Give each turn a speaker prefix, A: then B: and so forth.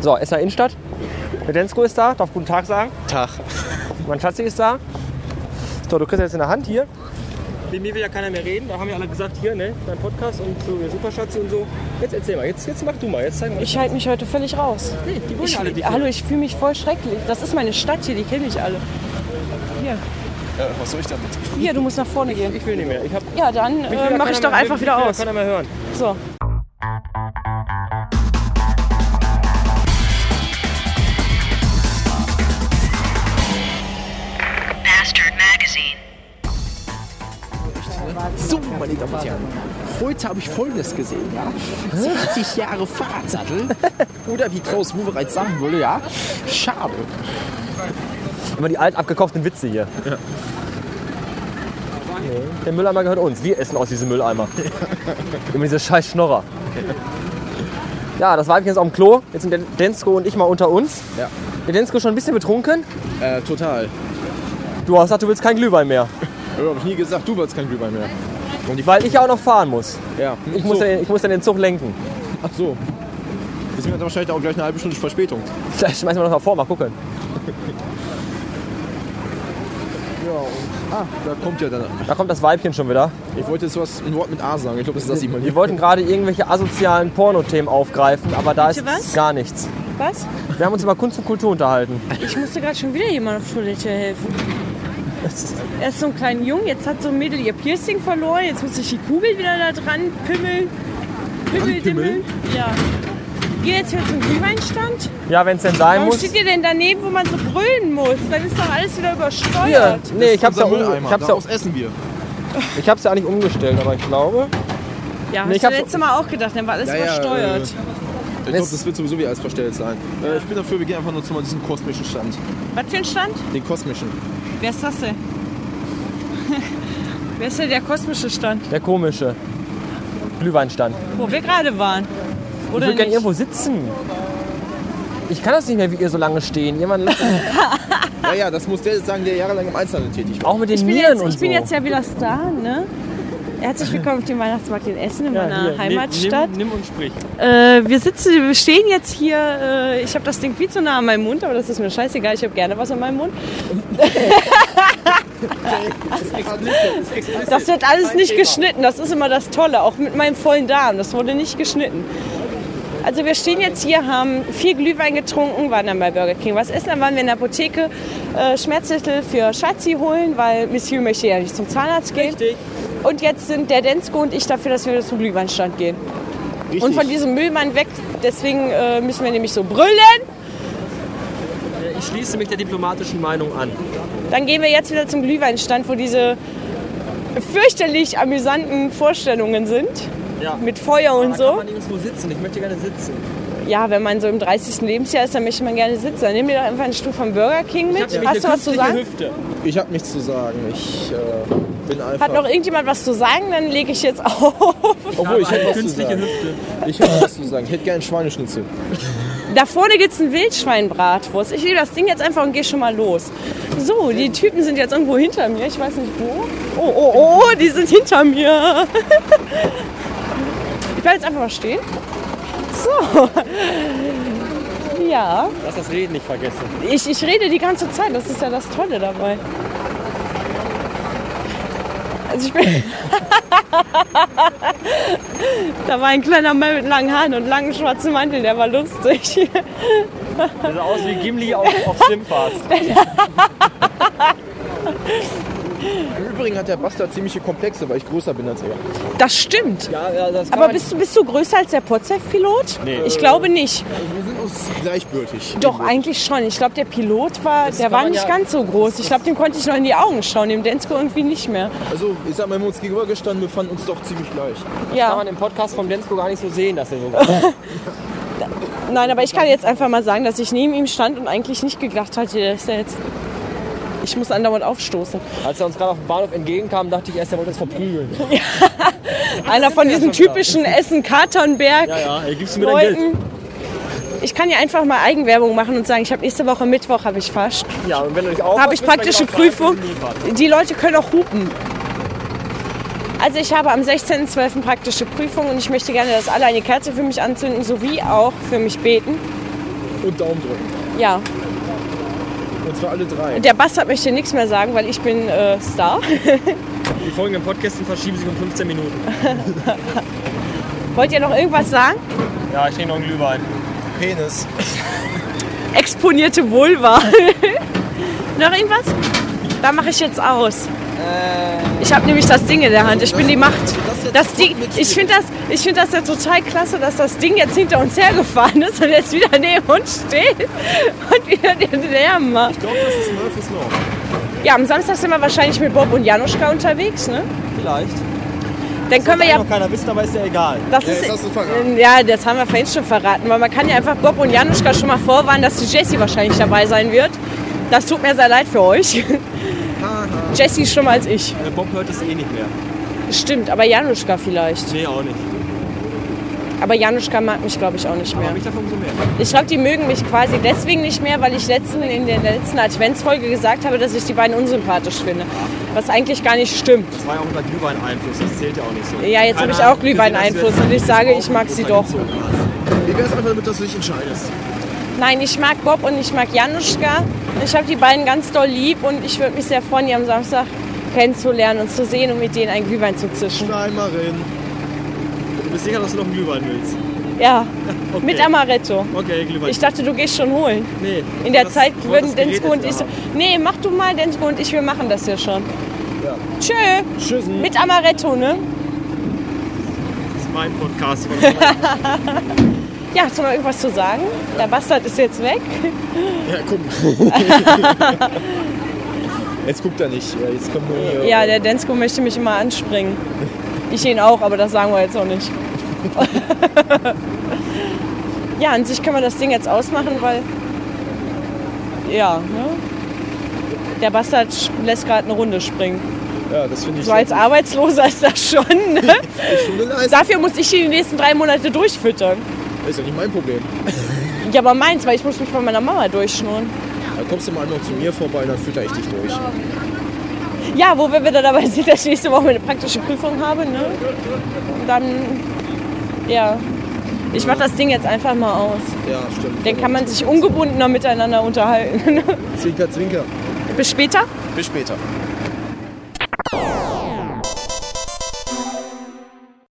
A: So, Essener Innenstadt. Der Densko ist da, darf guten Tag sagen.
B: Tag.
A: Mein Schatzi ist da. So, du kriegst jetzt in der Hand hier. Mit mir will ja keiner mehr reden. Da haben ja alle gesagt, hier, ne, dein Podcast und so, der Superschatzi und so. Jetzt erzähl mal, jetzt, jetzt mach du mal, jetzt zeig mal.
C: Ich halte mich heute völlig raus.
A: Nee, die wollen
C: Ich,
A: alle dich
C: hallo, ich fühle mich voll schrecklich. Das ist meine Stadt hier, die kenne ich alle. Hier.
B: was soll ich damit?
C: Hier, du musst nach vorne gehen.
A: Ich will nicht mehr. Ich hab,
C: Ja, dann
A: mich will
C: äh,
A: ja
C: mache
A: keiner
C: ich doch
A: mehr-
C: einfach
A: mich
C: wieder
A: will ja
C: aus.
A: Keiner mehr hören.
C: So.
D: Bastard Magazine.
E: So, meine Damen und Herren, heute habe ich Folgendes gesehen, ja. 60 Jahre Fahrradsattel oder wie Klaus Wuwe bereits sagen würde, ja. Schade.
A: Immer die alt abgekochten Witze hier. Nee, Der Mülleimer gehört uns. Wir essen aus diesem Mülleimer. Immer diese scheiß Schnorrer. Ja, das Weibchen ist auf dem Klo. Jetzt sind der Densko und ich mal unter uns.
B: Ja.
A: Der Densko ist schon ein bisschen betrunken.
B: Äh, total.
A: Du hast gesagt, du willst kein Glühwein mehr.
B: Ich habe nie gesagt, du wolltest kein Glühwein mehr.
A: Weil ich ja auch noch fahren muss.
B: Ja.
A: Ich muss, ja, den- ich muss ja den Zug lenken.
B: Ach so. Deswegen hat er wahrscheinlich auch gleich eine halbe Stunde Verspätung.
A: Vielleicht schmeißen wir das mal vor, mal gucken.
B: Ah, da kommt ja dann.
A: Da kommt das Weibchen schon wieder.
B: Ich wollte jetzt was ein Wort mit A sagen. Ich glaube, das ist das ich mal
A: Wir
B: hier.
A: wollten gerade irgendwelche asozialen Pornothemen aufgreifen, aber da ist
C: Bitte was?
A: gar nichts.
C: Was?
A: Wir haben uns über Kunst und Kultur unterhalten.
C: Ich musste gerade schon wieder jemand auf Toilette helfen. Erst so ein kleinen Jungen, jetzt hat so ein Mädel ihr Piercing verloren, jetzt muss ich die Kugel wieder da dran pimmeln. Pimmel, dimmeln. Ja. Geh jetzt wieder zum Glühweinstand.
A: Ja, wenn es denn sein
C: Warum
A: muss.
C: steht ihr denn daneben, wo man so brüllen muss? Dann ist doch alles wieder übersteuert.
A: Hier, nee, ich hab's, ja
B: Unser
A: um,
B: Mülleimer,
A: ich, hab's ja,
B: daraus essen wir.
A: ich hab's ja eigentlich umgestellt, aber ich glaube.
C: Ja,
A: Nee,
C: nee,
A: ich
C: ich habe
A: hab's-
C: letztes Mal auch gedacht, dann war alles
B: Ja, ja,
A: äh.
C: übersteuert.
B: Ich glaube, das wird sowieso wie alles verstellt sein. Äh, ich bin dafür, wir gehen einfach nur zu diesem kosmischen Stand.
C: Was für ein Stand?
B: Den kosmischen.
C: Wer ist das denn? Wer ist denn der kosmische Stand,
A: Der komische Glühweinstand.
C: wo wir gerade waren?
A: Ich
C: Oder
A: würde gerne
C: nicht?
A: irgendwo sitzen. Ich kann das nicht mehr, wie ihr so lange stehen. Jemand lacht mich
B: Ja, ja, das muss der jetzt sagen, der jahrelang im Einzelhandel tätig war.
A: auch mit den
C: Ich bin,
A: Nieren
C: jetzt,
A: und
C: ich bin
A: so.
C: jetzt ja wieder Star, ne? Herzlich willkommen auf dem Weihnachtsmarkt in Essen in
A: Ja,
C: meiner
A: hier,
C: Heimatstadt.
A: Nimm, nimm und sprich.
C: Äh, wir sitzen, wir stehen jetzt hier. Äh, ich habe das Ding viel zu nah an meinem Mund, aber das ist mir scheißegal. Ich habe gerne was an meinem Mund. Das wird alles nicht geschnitten. Das ist immer das Tolle. Auch mit meinem vollen Darm. Das wurde nicht geschnitten. Also wir stehen jetzt hier, haben viel Glühwein getrunken, waren dann bei Burger King was essen, dann waren wir in der Apotheke äh, Schmerzmittel für Schatzi holen, weil Monsieur möchte ja nicht zum Zahnarzt gehen.
A: Richtig.
C: Und jetzt sind der Densko und ich dafür, dass wir wieder zum Glühweinstand gehen. Und von diesem Müllmann weg, deswegen äh, müssen wir nämlich so brüllen.
A: Ich schließe mich der diplomatischen Meinung an.
C: Dann gehen wir jetzt wieder zum Glühweinstand, wo diese fürchterlich amüsanten Vorstellungen sind.
A: Ja.
C: Mit Feuer und so.
A: nirgendwo sitzen. Ich möchte gerne sitzen.
C: Ja, wenn man so im 30. Lebensjahr ist, dann möchte man gerne sitzen. Dann nimm dir doch einfach einen Stuhl vom Burger King mit. Hast du was zu sagen?
A: Hüfte.
B: Ich habe nichts zu sagen. Ich äh, bin einfach.
C: Hat noch irgendjemand was zu sagen? Dann lege ich jetzt auf.
B: Obwohl, ich hätte was zu
A: künstliche
B: sagen.
A: Hüfte.
B: Ich hätte was zu sagen. Ich hätte gerne Schweineschnitzel.
C: Da vorne gibt es einen Wildschweinbratwurst. Ich lege das Ding jetzt einfach und gehe schon mal los. So, die Typen sind jetzt irgendwo hinter mir. Ich weiß nicht wo. Oh, oh, oh, die sind hinter mir. Ich bleib jetzt einfach mal stehen. So. Ja,
A: Lass das Reden nicht vergessen.
C: ich, ich rede die ganze Zeit. Das ist ja das Tolle dabei. Also ich bin... da war ein kleiner Mann mit langen Haaren und langem schwarzen Mantel. Der war lustig.
A: Das sah aus wie Gimli auf, auf Simfast.
B: Im Übrigen hat der Bastard ziemliche Komplexe, weil ich größer bin als er.
C: Das stimmt.
A: Ja, ja, das kann
C: Aber
A: man-
C: bist du, bist du größer als der Potsdam-Pilot? Ich glaube nicht.
B: Wir sind uns gleichbürtig.
C: Doch, eigentlich schon. Ich glaube, der Pilot war, der
A: kann
C: war
A: man
C: nicht
A: ja-
C: ganz so groß. Ich glaube, dem konnte ich noch in die Augen schauen, dem Densko irgendwie nicht mehr.
B: Also, ich sag mal, wenn wir uns gegenüber gestanden, wir fanden uns doch ziemlich gleich.
A: Kann
C: Ja.
A: man im Podcast vom Lensko gar nicht so sehen, dass er so
C: Nein, aber ich kann jetzt einfach mal sagen, dass ich neben ihm stand und eigentlich nicht gedacht hatte, der ist ja jetzt. Ich muss andauernd aufstoßen.
A: Als er uns gerade auf dem Bahnhof entgegenkam, dachte ich erst, er wollte uns verprügeln.
C: Einer von diesen typischen Essen-Katernberg-Leuten.
A: Ja, er gibst
C: Ich kann ja einfach mal Eigenwerbung machen und sagen, ich habe nächste Woche Mittwoch habe ich fast.
A: Ja, und wenn du dich auch.
C: habe ich praktische Prüfung. Die Leute können auch hupen. Also ich habe am 16.12. praktische Prüfung und ich möchte gerne, dass alle eine Kerze für mich anzünden, sowie auch für mich beten.
B: und Daumen drücken.
C: Ja,
B: Und zwar alle drei.
C: der Bastard möchte nichts mehr sagen, weil ich bin äh, Star.
A: Die Folgen im Podcast verschieben sich um 15 Minuten.
C: Wollt ihr noch irgendwas sagen?
A: Ja, ich nehme noch einen Glühwein.
B: Penis.
C: Exponierte Vulva. noch irgendwas? Da mache ich jetzt aus. Ich habe nämlich Äh. das Ding in der Hand. Ich bin die Macht. Das Ding, ich finde das, ich find das ja total klasse, dass das Ding jetzt hinter uns hergefahren ist und jetzt wieder neben uns steht und wieder den Lärm macht.
B: Ich glaube, das ist Murphy's Law.
C: Ja, am Samstag sind wir wahrscheinlich mit Bob und Januszka unterwegs, ne?
A: Vielleicht.
C: Dann können wir ja.
A: noch keiner wissen, aber ist ja egal.
C: Das
B: Ja,
C: ist,
B: jetzt hast du verraten.
C: ja, das haben wir vorhin schon verraten, weil man kann ja einfach Bob und Januszka schon mal vorwarnen, dass die Jessie wahrscheinlich dabei sein wird. Das tut mir sehr leid für euch. Jessie ist schlimmer als ich.
A: Der Bob hört es eh nicht mehr.
C: Stimmt, aber Januszka vielleicht.
A: Nee, auch nicht.
C: Aber Januszka mag mich, glaube ich, auch nicht mehr.
A: Hab ich davon so mehr?
C: Ich glaube, die mögen mich quasi deswegen nicht mehr, weil ich letzten, in der letzten Adventsfolge gesagt habe, dass ich die beiden unsympathisch finde. Was eigentlich gar nicht stimmt.
A: Das war ja auch unter Glühwein-Einfluss, das zählt ja auch nicht so.
C: Ja, jetzt habe ich auch Glühwein-Einfluss und ich sage, ich mag sie doch.
B: Wie wäre es einfach damit, dass du dich entscheidest?
C: Nein, ich mag Bob und ich mag Januszka. Ich habe die beiden ganz doll lieb und ich würde mich sehr freuen, die am Samstag kennenzulernen und zu sehen und mit denen einen Glühwein zu zischen.
B: Nein, Marin.
A: Du bist sicher, dass du noch einen Glühwein willst?
C: Ja,
A: Okay.
C: mit Amaretto.
A: Okay, Glühwein.
C: Ich dachte, du gehst schon holen.
A: nee.
C: In der
A: Das-
C: Zeit
A: ich wollte
C: würden
A: das Gerät
C: Densko und ich
A: jetzt
C: so,
A: wieder
C: nee, mach du mal, Densko und ich, wir machen das hier schon.
B: Ja.
C: Tschö,
B: Tschüssen.
C: mit Amaretto, ne?
A: haben. Das ist mein Podcast. Ich wollte-
C: Ja, hast du noch irgendwas zu sagen? Der Bastard ist jetzt weg.
B: Ja, guck. jetzt guckt er nicht. Ja, Jetzt kommt nur hier.
C: Ja, der Densko möchte mich immer anspringen. Ich ihn auch, aber das sagen wir jetzt auch nicht. ja, an sich kann man das Ding jetzt ausmachen, weil. Ja, ne? Der Bastard sch- lässt gerade eine Runde springen.
B: ja das finde ich
C: So als Arbeitsloser ist das schon. Ne?
B: schon eine Leistung.
C: Dafür muss ich ihn die nächsten drei Monate durchfüttern.
B: Ist ja nicht mein Problem.
C: Ja, aber meins, weil ich muss mich bei meiner Mama durchschnurren.
B: Dann kommst du mal noch zu mir vorbei, dann fütter ich dich durch.
C: Ja, wo wir wieder dabei sind, dass ich nächste Woche eine praktische Prüfung habe, ne? Und dann, ja. Ich mach das Ding jetzt einfach mal aus.
B: Ja, stimmt.
C: Dann kann man sich ungebundener miteinander unterhalten. ne?
B: Zwinker, zwinker.
C: Bis später.
B: Bis später.